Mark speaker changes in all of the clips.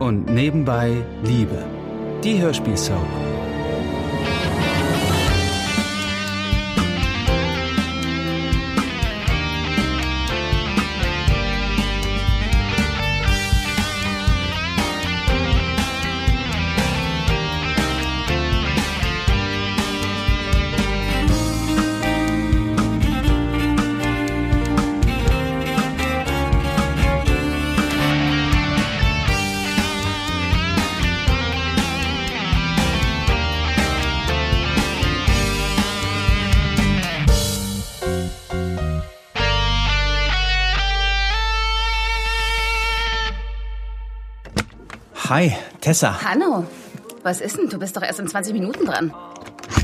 Speaker 1: und nebenbei Liebe. Die Hörspielsoap.
Speaker 2: Hi, Tessa.
Speaker 3: Hanno, was ist denn? Du bist doch erst in 20 Minuten dran.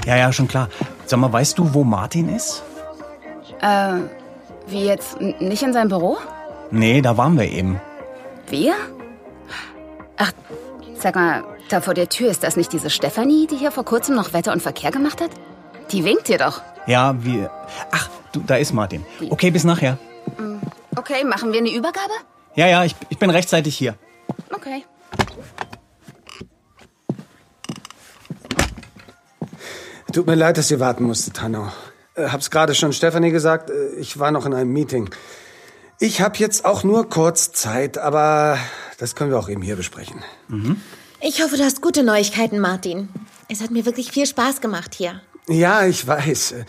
Speaker 2: Ja, ja, schon klar. Sag mal, weißt du, wo Martin ist?
Speaker 3: Äh, wie jetzt? N nicht in seinem Büro?
Speaker 2: Nee, da waren wir eben.
Speaker 3: Wir? Ach, sag mal, da vor der Tür ist das nicht diese Stefanie, die hier vor kurzem noch Wetter und Verkehr gemacht hat? Die winkt dir doch.
Speaker 2: Ja, wir. Ach, du, da ist Martin. Okay, bis nachher.
Speaker 3: Okay, machen wir eine Übergabe?
Speaker 2: Ja, ja, ich, ich bin rechtzeitig hier.
Speaker 3: Okay.
Speaker 4: Tut mir leid, dass ihr warten musstet, Hanno. Äh, hab's gerade schon Stefanie gesagt, äh, ich war noch in einem Meeting. Ich hab jetzt auch nur kurz Zeit, aber das können wir auch eben hier besprechen.
Speaker 5: Ich hoffe, du hast gute Neuigkeiten, Martin. Es hat mir wirklich viel Spaß gemacht hier.
Speaker 4: Ja, ich weiß. Äh,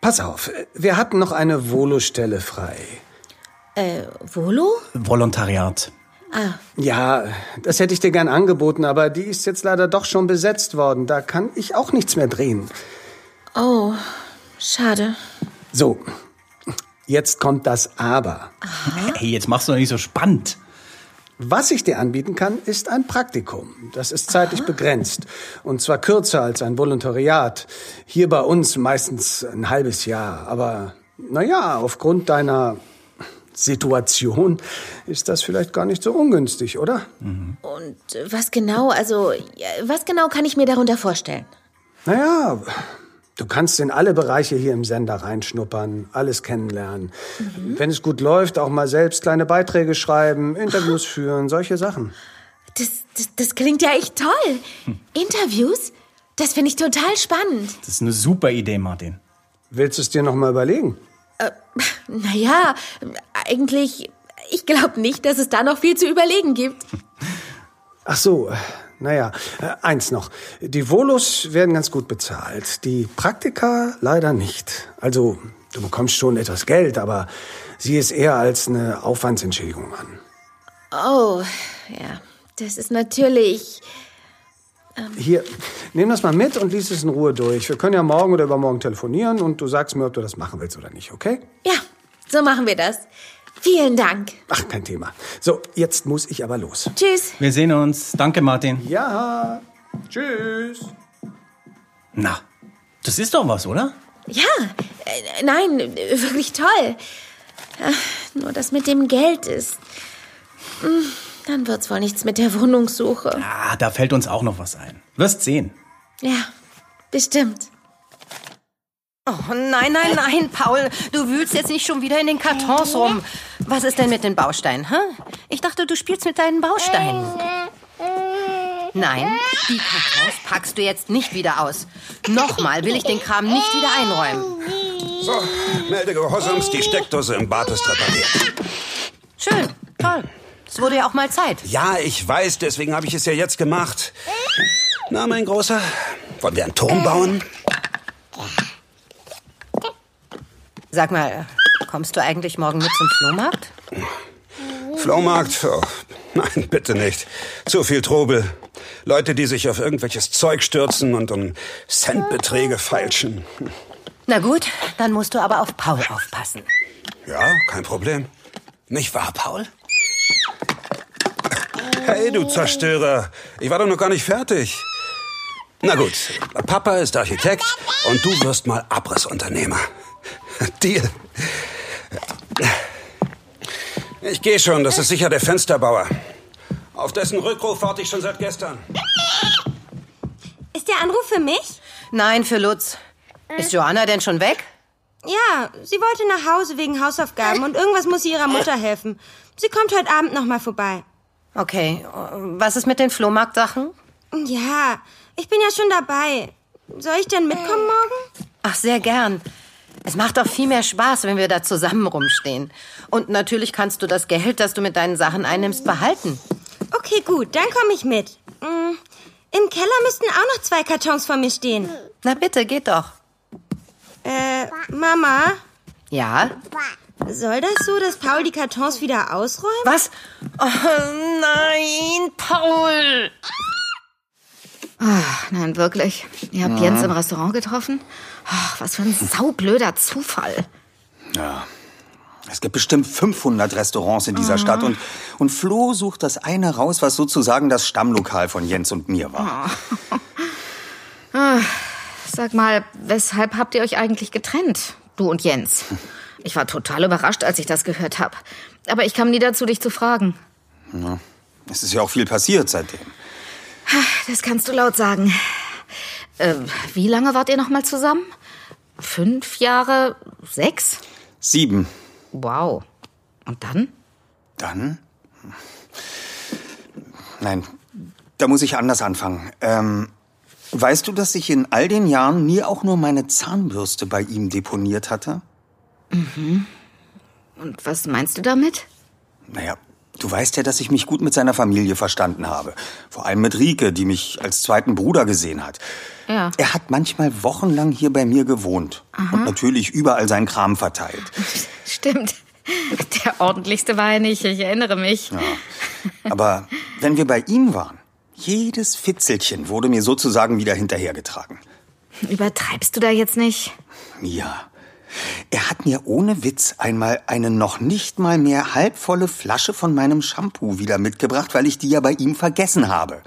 Speaker 4: Pass auf, äh, wir hatten noch eine Volostelle frei.
Speaker 5: Äh, Volo?
Speaker 2: Volontariat.
Speaker 5: Ah,
Speaker 4: Ja, das hätte ich dir gern angeboten, aber die ist jetzt leider doch schon besetzt worden. Da kann ich auch nichts mehr drehen.
Speaker 5: oh, schade.
Speaker 4: So, jetzt kommt das Aber.
Speaker 2: Hey, jetzt machst du doch nicht so spannend.
Speaker 4: Was ich dir anbieten kann, ist ein Praktikum. Das ist zeitlich begrenzt und zwar kürzer als ein Volontariat. Hier bei uns meistens ein halbes Jahr, aber naja, aufgrund deiner Situation ist das vielleicht gar nicht so ungünstig, oder?
Speaker 5: Und äh, was genau, also, ja, was genau kann ich mir darunter vorstellen?
Speaker 4: Naja, du kannst in alle Bereiche hier im Sender reinschnuppern, alles kennenlernen. Wenn es gut läuft, auch mal selbst kleine Beiträge schreiben, Interviews führen, solche Sachen.
Speaker 5: Das, das, das klingt ja echt toll. Interviews? Das finde ich total spannend.
Speaker 2: Das ist eine super Idee, Martin.
Speaker 4: Willst du es dir noch mal überlegen?
Speaker 5: Naja, Äh, eigentlich, ich glaube nicht, dass es da noch viel zu überlegen gibt.
Speaker 4: Ach so, naja, äh, eins noch. Die Volos werden ganz gut bezahlt, die Praktika leider nicht. Also, du bekommst schon etwas Geld, aber sie ist eher als eine Aufwandsentschädigung an.
Speaker 5: Oh, ja, das ist natürlich.
Speaker 4: Hier, nimm das mal mit und lies es in Ruhe durch. Wir können ja morgen oder übermorgen telefonieren und du sagst mir, ob du das machen willst oder nicht, okay?
Speaker 5: Ja, so machen wir das. Vielen Dank.
Speaker 4: Ach, kein Thema. So, jetzt muss ich aber los.
Speaker 5: Tschüss.
Speaker 2: Wir sehen uns. Danke, Martin.
Speaker 4: Ja, tschüss.
Speaker 2: Na, das ist doch was, oder?
Speaker 5: Ja, äh, nein, äh, wirklich toll. Äh, Nur das mit dem Geld ist. Hm, Dann wird's wohl nichts mit der Wohnungssuche.
Speaker 2: Ah, da fällt uns auch noch was ein. Wirst sehen.
Speaker 5: Ja, bestimmt.
Speaker 6: Oh nein, nein, nein, Paul, du wühlst jetzt nicht schon wieder in den Kartons rum. Was ist denn mit den Bausteinen, hä? Ich dachte, du spielst mit deinen Bausteinen. Nein, die Kartons packst du jetzt nicht wieder aus. Nochmal will ich den Kram nicht wieder einräumen.
Speaker 7: So, melde Gehorsams, die Steckdose im Bad ist repariert.
Speaker 6: Schön, toll. Es wurde ja auch mal Zeit.
Speaker 7: Ja, ich weiß, deswegen habe ich es ja jetzt gemacht. Na, mein Großer, wollen wir einen Turm bauen?
Speaker 6: Sag mal, kommst du eigentlich morgen mit zum Flohmarkt?
Speaker 7: Flohmarkt? Oh, nein, bitte nicht. Zu viel Trubel. Leute, die sich auf irgendwelches Zeug stürzen und um Centbeträge feilschen.
Speaker 6: Na gut, dann musst du aber auf Paul aufpassen.
Speaker 7: Ja, kein Problem. Nicht wahr, Paul? Hey, du Zerstörer. Ich war doch noch gar nicht fertig. Na gut, Papa ist Architekt und du wirst mal Abrissunternehmer. Deal. Ich gehe schon, das ist sicher der Fensterbauer. Auf dessen Rückruf warte ich schon seit gestern.
Speaker 8: Ist der Anruf für mich?
Speaker 6: Nein, für Lutz. Ist Joanna denn schon weg?
Speaker 8: Ja, sie wollte nach Hause wegen Hausaufgaben und irgendwas muss sie ihrer Mutter helfen. Sie kommt heute Abend nochmal vorbei.
Speaker 6: Okay, was ist mit den Flohmarktsachen?
Speaker 8: Ja, ich bin ja schon dabei. Soll ich denn mitkommen morgen?
Speaker 6: Ach, sehr gern. Es macht doch viel mehr Spaß, wenn wir da zusammen rumstehen. Und natürlich kannst du das Geld, das du mit deinen Sachen einnimmst, behalten.
Speaker 8: Okay, gut, dann komme ich mit. Mm, Im Keller müssten auch noch zwei Kartons von mir stehen.
Speaker 6: Na bitte, geht doch.
Speaker 8: Äh, Mama,
Speaker 6: Ja?
Speaker 8: soll das so, dass Paul die Kartons wieder ausräumt?
Speaker 6: Was? Oh nein, Paul!
Speaker 3: Ach, Ah, nein, wirklich. Ihr habt Jens im Restaurant getroffen? Ach, was für ein saublöder Zufall.
Speaker 2: Es gibt bestimmt 500 Restaurants in
Speaker 7: Mhm.
Speaker 2: dieser Stadt und, und Flo sucht das eine raus, was sozusagen das Stammlokal von Jens und mir war.
Speaker 3: Sag mal, weshalb habt ihr euch eigentlich getrennt, du und Jens? Ich war total überrascht, als ich das gehört habe. Aber ich kam nie dazu, dich zu fragen.
Speaker 2: Es ist ja auch viel passiert seitdem.
Speaker 3: Das kannst du laut sagen. Äh, wie lange wart ihr noch mal zusammen? Fünf Jahre? Sechs?
Speaker 2: Sieben.
Speaker 3: Wow. Und dann?
Speaker 2: Dann? Nein, da muss ich anders anfangen. Ähm, weißt du, dass ich in all den Jahren nie auch nur meine Zahnbürste bei ihm deponiert hatte?
Speaker 3: Und was meinst du damit?
Speaker 2: Naja, du weißt ja, dass ich mich gut mit seiner Familie verstanden habe. Vor allem mit Rike, die mich als zweiten Bruder gesehen hat.
Speaker 3: Ja.
Speaker 2: Er hat manchmal wochenlang hier bei mir gewohnt. Und natürlich überall seinen Kram verteilt.
Speaker 3: Stimmt. Der ordentlichste war er nicht, ich erinnere mich.
Speaker 2: Aber wenn wir bei ihm waren, jedes Fitzelchen wurde mir sozusagen wieder hinterhergetragen.
Speaker 3: Übertreibst du da jetzt nicht?
Speaker 2: Ja. Er hat mir ohne Witz einmal eine noch nicht mal mehr halbvolle Flasche von meinem Shampoo wieder mitgebracht, weil ich die ja bei ihm vergessen habe.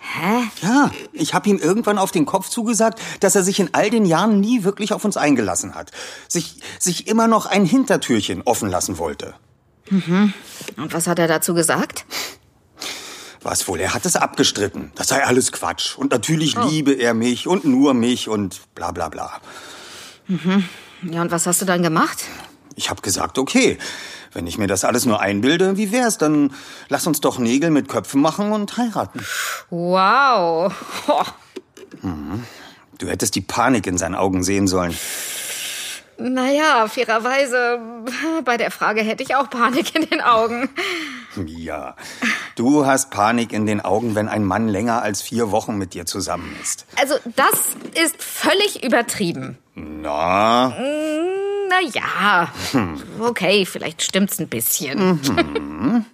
Speaker 3: Hä?
Speaker 2: Ja, ich habe ihm irgendwann auf den Kopf zugesagt, dass er sich in all den Jahren nie wirklich auf uns eingelassen hat. Sich, sich immer noch ein Hintertürchen offen lassen wollte.
Speaker 3: Und was hat er dazu gesagt?
Speaker 2: Was wohl, er hat es abgestritten. Das sei alles Quatsch. Und natürlich
Speaker 3: Oh.
Speaker 2: liebe er mich und nur mich und bla bla bla.
Speaker 3: Ja, und was hast du dann gemacht?
Speaker 2: Ich habe gesagt, okay, wenn ich mir das alles nur einbilde, wie wär's? Dann lass uns doch Nägel mit Köpfen machen und heiraten.
Speaker 3: Wow. Ho.
Speaker 2: Du hättest die Panik in seinen Augen sehen sollen.
Speaker 3: Naja, fairerweise, bei der Frage hätte ich auch Panik in den Augen.
Speaker 2: Mia, du hast Panik in den Augen, wenn ein Mann länger als vier Wochen mit dir zusammen ist.
Speaker 3: Also, das ist völlig übertrieben.
Speaker 2: Na,
Speaker 3: Naja, okay, vielleicht stimmt's ein bisschen.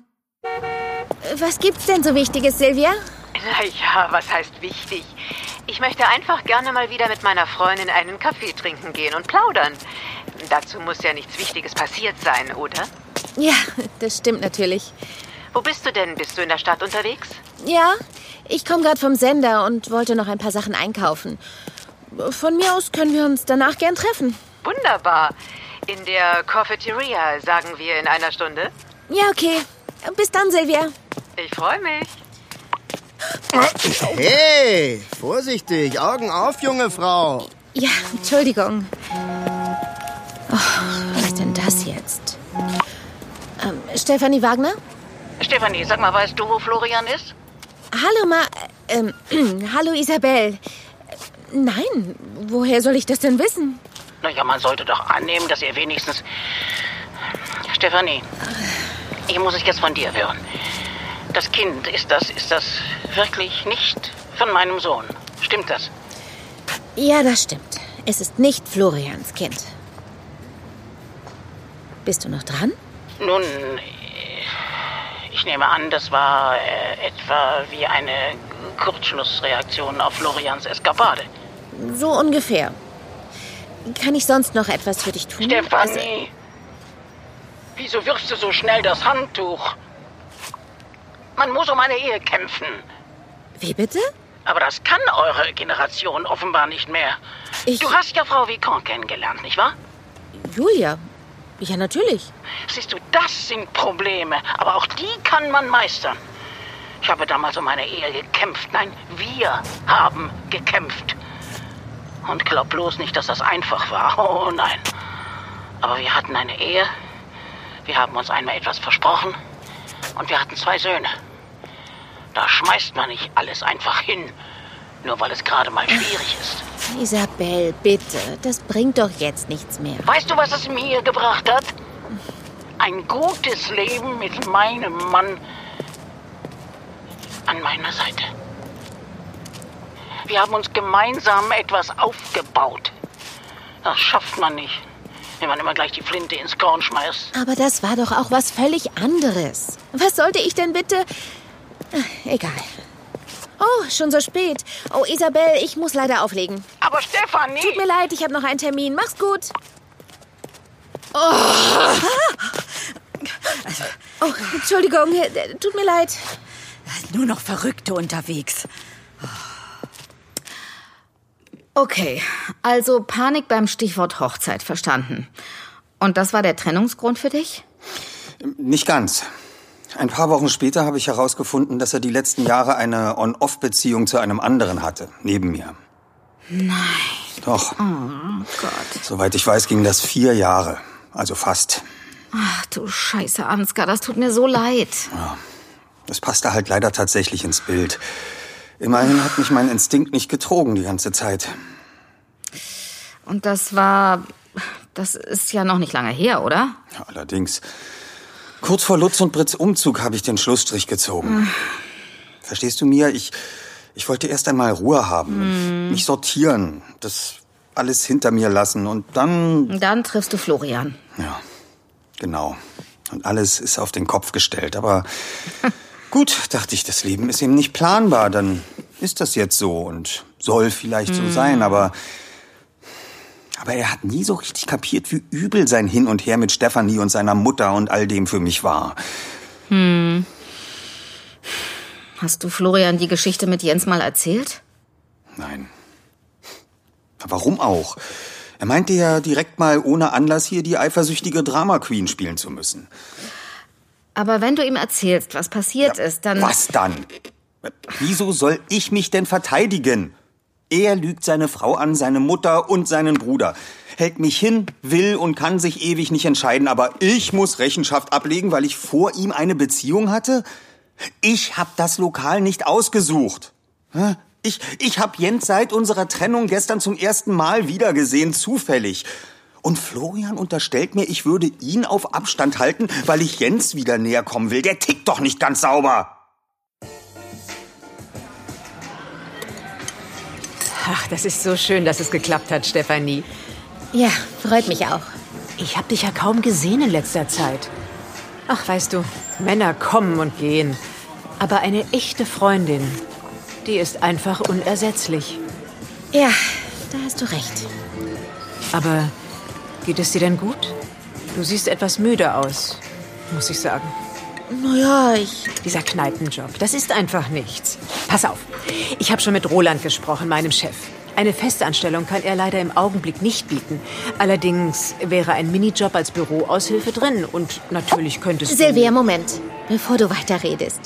Speaker 5: Was gibt's denn so Wichtiges, Silvia?
Speaker 9: Naja, was heißt wichtig? Ich möchte einfach gerne mal wieder mit meiner Freundin einen Kaffee trinken gehen und plaudern. Dazu muss ja nichts Wichtiges passiert sein, oder?
Speaker 5: Ja, das stimmt natürlich.
Speaker 9: Wo bist du denn? Bist du in der Stadt unterwegs?
Speaker 5: Ja, ich komme gerade vom Sender und wollte noch ein paar Sachen einkaufen. Von mir aus können wir uns danach gern treffen.
Speaker 9: Wunderbar. In der Cafeteria, sagen wir in einer Stunde.
Speaker 5: Ja, okay. Bis dann, Silvia.
Speaker 9: Ich freue mich.
Speaker 10: Hey, vorsichtig, Augen auf, junge Frau.
Speaker 5: Ja, Entschuldigung. Oh, was ist denn das jetzt? Ähm, Stefanie Wagner?
Speaker 9: Stefanie, sag mal, weißt du, wo Florian ist?
Speaker 5: Hallo, Ma. Ähm, hallo, Isabel. Äh, Nein, woher soll ich das denn wissen?
Speaker 9: Naja, man sollte doch annehmen, dass ihr wenigstens. Stefanie, ich muss es jetzt von dir hören. Das Kind, ist das, ist das wirklich nicht von meinem Sohn? Stimmt das?
Speaker 5: Ja, das stimmt. Es ist nicht Florians Kind. Bist du noch dran?
Speaker 9: Nun, äh, ich nehme an, das war äh, etwa wie eine Kurzschlussreaktion auf Florians Eskapade.
Speaker 5: So ungefähr. Kann ich sonst noch etwas für dich tun? Also,
Speaker 9: Stefanie, wieso wirfst du so schnell das Handtuch? Man muss um eine Ehe kämpfen.
Speaker 5: wie bitte?
Speaker 9: Aber das kann eure Generation offenbar nicht mehr.
Speaker 5: Ich-
Speaker 9: Du hast ja Frau Vicon kennengelernt, nicht wahr?
Speaker 5: Julia. Ja, natürlich.
Speaker 9: Siehst du, das sind Probleme, aber auch die kann man meistern. Ich habe damals um meine Ehe gekämpft. Nein, wir haben gekämpft. Und glaub bloß nicht, dass das einfach war. Oh nein. Aber wir hatten eine Ehe, wir haben uns einmal etwas versprochen und wir hatten zwei Söhne. Da schmeißt man nicht alles einfach hin, nur weil es gerade mal schwierig ist.
Speaker 5: Isabel, bitte, das bringt doch jetzt nichts mehr.
Speaker 9: Weißt du, was es mir gebracht hat? Ein gutes Leben mit meinem Mann an meiner Seite. Wir haben uns gemeinsam etwas aufgebaut. Das schafft man nicht, wenn man immer gleich die Flinte ins Korn schmeißt.
Speaker 5: Aber das war doch auch was völlig anderes. Was sollte ich denn bitte... Ach, Egal. Oh, schon so spät. Oh, Isabel, ich muss leider auflegen.
Speaker 9: Aber Stefanie!
Speaker 5: Tut mir leid, ich habe noch einen Termin. Mach's gut. Oh, Entschuldigung, äh, tut mir leid.
Speaker 11: Nur noch Verrückte unterwegs.
Speaker 3: Okay, also Panik beim Stichwort Hochzeit verstanden. Und das war der Trennungsgrund für dich?
Speaker 2: Nicht ganz. Ein paar Wochen später habe ich herausgefunden, dass er die letzten Jahre eine On-Off-Beziehung zu einem anderen hatte, neben mir. Nein. Doch,
Speaker 3: Oh Gott.
Speaker 2: soweit ich weiß, ging das vier Jahre. Also fast.
Speaker 3: Ach du Scheiße, Ansgar, das tut mir so leid.
Speaker 2: Das passte halt leider tatsächlich ins Bild. Immerhin hat mich mein Instinkt nicht getrogen die ganze Zeit.
Speaker 3: Und das war. Das ist ja noch nicht lange her, oder?
Speaker 2: Ja, Allerdings, kurz vor Lutz und Britts Umzug habe ich den Schlussstrich gezogen. Verstehst du mir? Ich, ich wollte erst einmal Ruhe haben, mich sortieren, das alles hinter mir lassen und dann,
Speaker 3: Dann triffst du Florian.
Speaker 2: ja, genau. Und alles ist auf den Kopf gestellt. Aber gut, dachte ich, das Leben ist eben nicht planbar. Dann ist das jetzt so und soll vielleicht
Speaker 3: Mhm.
Speaker 2: so sein. Aber, aber er hat nie so richtig kapiert, wie übel sein Hin und Her mit Stefanie und seiner Mutter und all dem für mich war.
Speaker 3: Hast du Florian die Geschichte mit Jens mal erzählt?
Speaker 2: Nein. Warum auch? Er meinte ja direkt mal ohne Anlass hier die eifersüchtige Drama Queen spielen zu müssen.
Speaker 3: Aber wenn du ihm erzählst, was passiert ist, dann.
Speaker 2: Was dann? Wieso soll ich mich denn verteidigen? Er lügt seine Frau an, seine Mutter und seinen Bruder. Hält mich hin, will und kann sich ewig nicht entscheiden, aber ich muss Rechenschaft ablegen, weil ich vor ihm eine Beziehung hatte? Ich hab das Lokal nicht ausgesucht. Hä? Ich, ich hab Jens seit unserer Trennung gestern zum ersten Mal wiedergesehen, zufällig. Und Florian unterstellt mir, ich würde ihn auf Abstand halten, weil ich Jens wieder näher kommen will. Der tickt doch nicht ganz sauber.
Speaker 11: Ach, das ist so schön, dass es geklappt hat, Stefanie.
Speaker 5: Ja, freut mich auch.
Speaker 11: Ich habe dich ja kaum gesehen in letzter Zeit. Ach, weißt du, Männer kommen und gehen. Aber eine echte Freundin, die ist einfach unersetzlich.
Speaker 5: Ja, da hast du recht.
Speaker 11: Aber geht es dir denn gut? Du siehst etwas müde aus, muss ich sagen.
Speaker 5: Naja, ich.
Speaker 11: Dieser Kneipenjob, das ist einfach nichts. Pass auf, ich habe schon mit Roland gesprochen, meinem Chef. Eine Festanstellung kann er leider im Augenblick nicht bieten. Allerdings wäre ein Minijob als Büroaushilfe drin und natürlich könntest du...
Speaker 5: Silvia, Moment, bevor du weiterredest.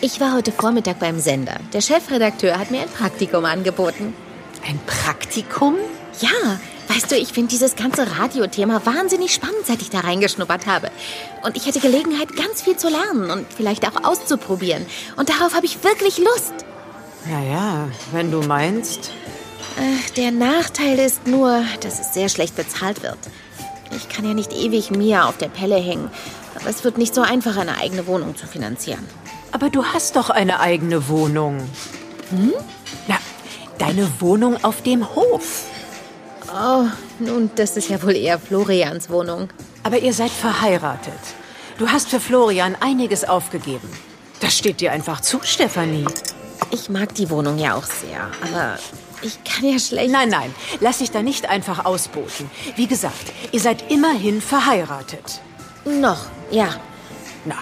Speaker 5: Ich war heute Vormittag beim Sender. Der Chefredakteur hat mir ein Praktikum angeboten.
Speaker 11: Ein Praktikum?
Speaker 5: Ja, weißt du, ich finde dieses ganze Radiothema wahnsinnig spannend, seit ich da reingeschnuppert habe. Und ich hatte Gelegenheit, ganz viel zu lernen und vielleicht auch auszuprobieren. Und darauf habe ich wirklich Lust.
Speaker 11: Naja, wenn du meinst.
Speaker 5: Ach, Äh, der Nachteil ist nur, dass es sehr schlecht bezahlt wird. Ich kann ja nicht ewig mir auf der Pelle hängen. Aber es wird nicht so einfach, eine eigene Wohnung zu finanzieren.
Speaker 11: Aber du hast doch eine eigene Wohnung. Hm? Na, deine Wohnung auf dem Hof.
Speaker 5: Oh, nun, das ist ja wohl eher Florians Wohnung.
Speaker 11: Aber ihr seid verheiratet. Du hast für Florian einiges aufgegeben. Das steht dir einfach zu, Stefanie.
Speaker 5: Ich mag die Wohnung ja auch sehr, aber ich kann ja schlecht.
Speaker 11: Nein, nein, lass dich da nicht einfach ausboten. Wie gesagt, ihr seid immerhin verheiratet.
Speaker 5: Noch, ja.
Speaker 11: Na,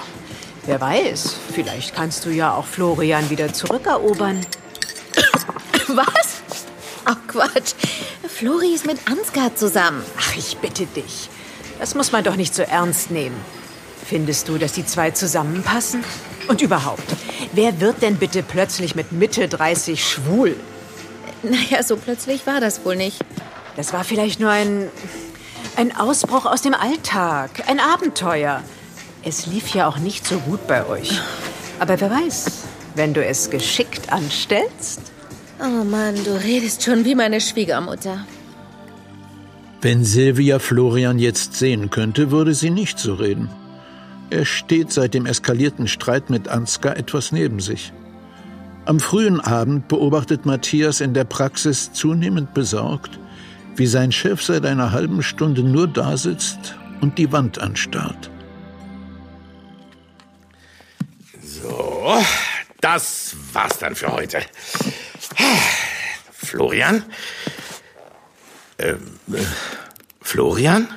Speaker 11: wer weiß, vielleicht kannst du ja auch Florian wieder zurückerobern.
Speaker 5: Was? Ach Quatsch. Flori ist mit Ansgar zusammen.
Speaker 11: Ach, ich bitte dich. Das muss man doch nicht so ernst nehmen. Findest du, dass die zwei zusammenpassen? Und überhaupt, wer wird denn bitte plötzlich mit Mitte 30 schwul?
Speaker 5: Naja, so plötzlich war das wohl nicht.
Speaker 11: Das war vielleicht nur ein, ein Ausbruch aus dem Alltag, ein Abenteuer. Es lief ja auch nicht so gut bei euch. Aber wer weiß, wenn du es geschickt anstellst.
Speaker 5: Oh Mann, du redest schon wie meine Schwiegermutter.
Speaker 12: Wenn Silvia Florian jetzt sehen könnte, würde sie nicht so reden. Er steht seit dem eskalierten Streit mit Ansgar etwas neben sich. Am frühen Abend beobachtet Matthias in der Praxis zunehmend besorgt, wie sein Chef seit einer halben Stunde nur dasitzt und die Wand anstarrt.
Speaker 13: So, das war's dann für heute. Florian? Ähm, äh, Florian?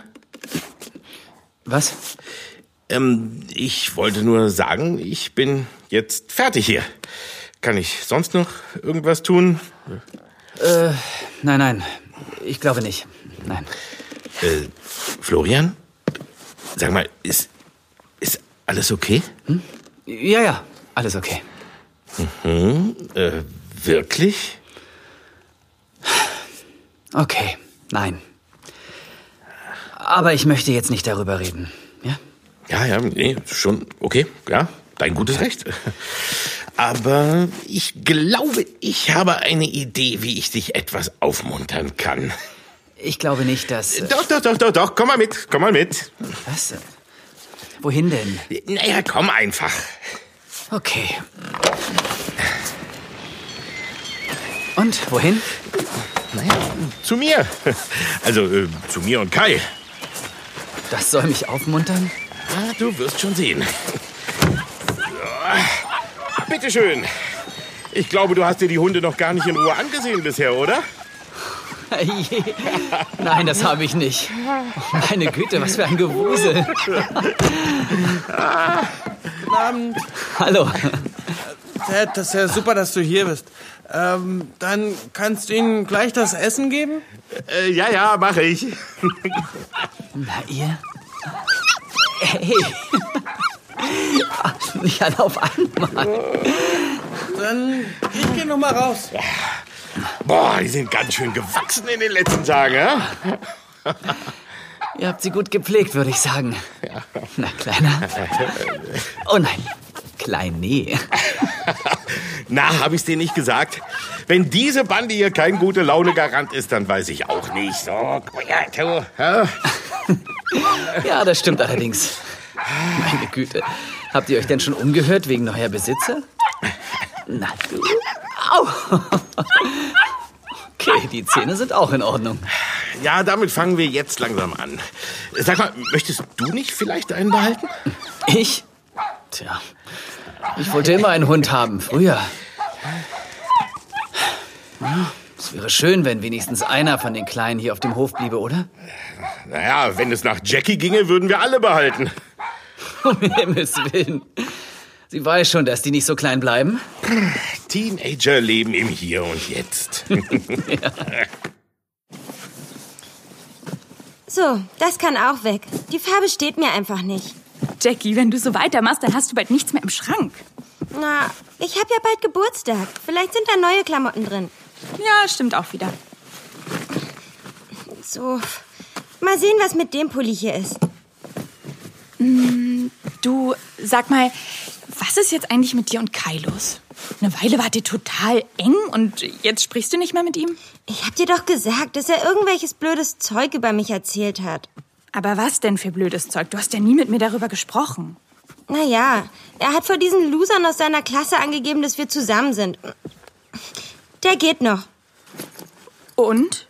Speaker 13: Was? Ähm, ich wollte nur sagen, ich bin jetzt fertig hier. Kann ich sonst noch irgendwas tun?
Speaker 14: Äh, nein, nein. Ich glaube nicht. Nein.
Speaker 13: Äh, Florian? Sag mal, ist, ist alles okay?
Speaker 14: Ja, ja. Alles okay.
Speaker 13: Mhm, äh, wirklich?
Speaker 14: Okay. Nein. Aber ich möchte jetzt nicht darüber reden.
Speaker 13: Ja, ja, nee, schon okay, ja, dein gutes Recht. Aber ich glaube, ich habe eine Idee, wie ich dich etwas aufmuntern kann.
Speaker 14: Ich glaube nicht, dass.
Speaker 13: Doch, doch, doch, doch, doch, komm mal mit, komm mal mit.
Speaker 14: Was? Wohin denn?
Speaker 13: Naja, komm einfach.
Speaker 14: Okay. Und wohin?
Speaker 13: Naja, zu mir. Also äh, zu mir und Kai.
Speaker 14: Das soll mich aufmuntern?
Speaker 13: Ah, du wirst schon sehen. So. Bitte schön. Ich glaube, du hast dir die Hunde noch gar nicht in Ruhe angesehen bisher, oder?
Speaker 14: Nein, das habe ich nicht. Meine Güte, was für ein Gewusel.
Speaker 15: Guten Abend.
Speaker 14: Hallo.
Speaker 15: Ted, das ist ja super, dass du hier bist. Ähm, dann kannst du ihnen gleich das Essen geben?
Speaker 13: Äh, ja, ja, mache ich.
Speaker 14: Na, ihr? Hey. Ach, Nicht alle auf einmal.
Speaker 15: Dann ich geh noch mal raus.
Speaker 13: Boah, die sind ganz schön gewachsen in den letzten Tagen, ja?
Speaker 14: Ihr habt sie gut gepflegt, würde ich sagen. Na, Kleiner. Oh nein. Kleine.
Speaker 13: Na, habe ich's dir nicht gesagt? Wenn diese Bande hier kein gute Laune-Garant ist, dann weiß ich auch nicht. So, ja, du, ja.
Speaker 14: Ja, das stimmt allerdings. Meine Güte. Habt ihr euch denn schon umgehört wegen neuer Besitzer? Na du. Au. Okay, die Zähne sind auch in Ordnung.
Speaker 13: Ja, damit fangen wir jetzt langsam an. Sag mal, möchtest du nicht vielleicht einen behalten?
Speaker 14: Ich? Tja. Ich wollte immer einen Hund haben, früher. Ja, Es wäre schön, wenn wenigstens einer von den Kleinen hier auf dem Hof bliebe, oder?
Speaker 13: Naja, wenn es nach Jackie ginge, würden wir alle behalten.
Speaker 14: Um Himmels Willen. Sie weiß schon, dass die nicht so klein bleiben.
Speaker 13: Teenager leben im Hier und Jetzt.
Speaker 8: So, das kann auch weg. Die Farbe steht mir einfach nicht.
Speaker 16: Jackie, wenn du so weitermachst, dann hast du bald nichts mehr im Schrank.
Speaker 8: Na, ich habe ja bald Geburtstag. Vielleicht sind da neue Klamotten drin.
Speaker 16: Ja, stimmt auch wieder.
Speaker 8: So, mal sehen, was mit dem Pulli hier ist.
Speaker 16: Mm, Du, sag mal, was ist jetzt eigentlich mit dir und Kai los? Eine Weile wart ihr total eng und jetzt sprichst du nicht mehr mit ihm?
Speaker 8: Ich hab dir doch gesagt, dass er irgendwelches blödes Zeug über mich erzählt hat.
Speaker 16: Aber was denn für blödes Zeug? Du hast ja nie mit mir darüber gesprochen.
Speaker 8: Naja, er hat vor diesen Losern aus seiner Klasse angegeben, dass wir zusammen sind. Der geht noch.
Speaker 16: Und?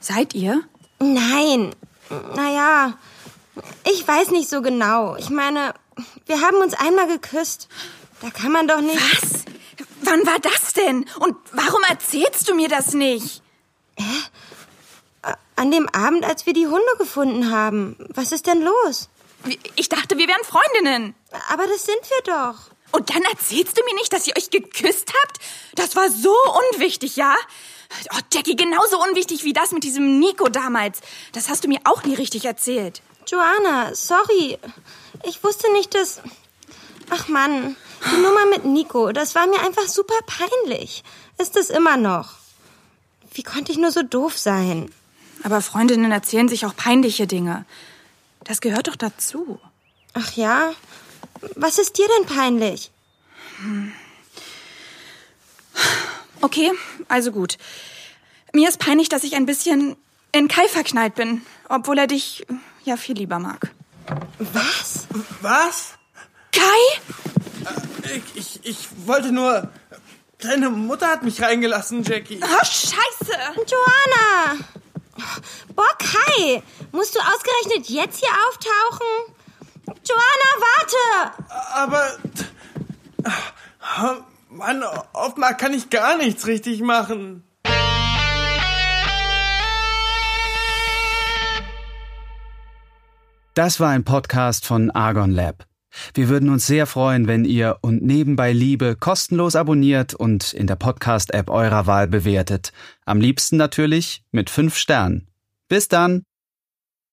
Speaker 16: Seid ihr?
Speaker 8: Nein. Naja, ich weiß nicht so genau. Ich meine, wir haben uns einmal geküsst. Da kann man doch nicht. Was?
Speaker 16: Wann war das denn? Und warum erzählst du mir das nicht?
Speaker 8: An dem Abend, als wir die Hunde gefunden haben. Was ist denn los?
Speaker 16: Ich dachte, wir wären Freundinnen.
Speaker 8: Aber das sind wir doch.
Speaker 16: Und dann erzählst du mir nicht, dass ihr euch geküsst habt? Das war so unwichtig, ja? Oh, Jackie, genauso unwichtig wie das mit diesem Nico damals. Das hast du mir auch nie richtig erzählt.
Speaker 8: Joanna, sorry. Ich wusste nicht, dass. Ach Mann, die Nummer mit Nico, das war mir einfach super peinlich. Ist es immer noch. Wie konnte ich nur so doof sein?
Speaker 16: Aber Freundinnen erzählen sich auch peinliche Dinge. Das gehört doch dazu.
Speaker 8: Ach ja? Was ist dir denn peinlich?
Speaker 16: Hm. Okay, also gut. Mir ist peinlich, dass ich ein bisschen in Kai verknallt bin, obwohl er dich äh, ja viel lieber mag.
Speaker 15: Was? Was?
Speaker 16: Kai?
Speaker 15: Ich, ich, ich wollte nur. Deine Mutter hat mich reingelassen, Jackie.
Speaker 8: Oh, scheiße! Joanna! Boah, Kai! Musst du ausgerechnet jetzt hier auftauchen? Joanna, warte!
Speaker 15: Aber. Mann, oftmal kann ich gar nichts richtig machen.
Speaker 17: Das war ein Podcast von Argon Lab. Wir würden uns sehr freuen, wenn ihr und nebenbei Liebe kostenlos abonniert und in der Podcast-App eurer Wahl bewertet. Am liebsten natürlich mit fünf Sternen. Bis dann!